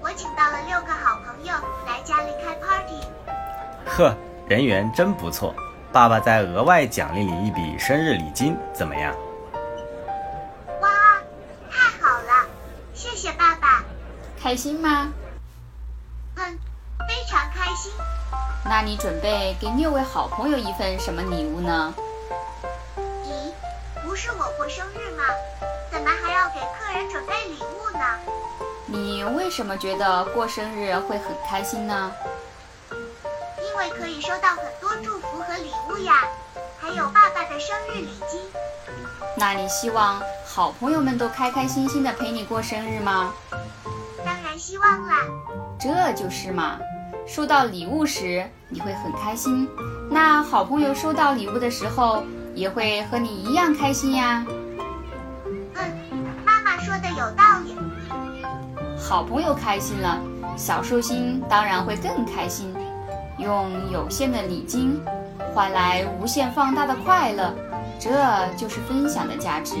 我请到了六个好朋友来家里开 party。呵，人缘真不错，爸爸再额外奖励你一笔生日礼金，怎么样？哇，太好了，谢谢爸爸。开心吗？嗯，非常开心。那你准备给六位好朋友一份什么礼物呢？咦，不是我过生日吗？怎么还要给客人准备礼物呢？你为什么觉得过生日会很开心呢？因为可以收到很多祝福和礼物呀，还有爸爸的生日礼金。那你希望好朋友们都开开心心的陪你过生日吗？当然希望啦。这就是嘛。收到礼物时你会很开心，那好朋友收到礼物的时候也会和你一样开心呀。嗯，妈妈说的有道理。好朋友开心了，小寿星当然会更开心。用有限的礼金换来无限放大的快乐，这就是分享的价值。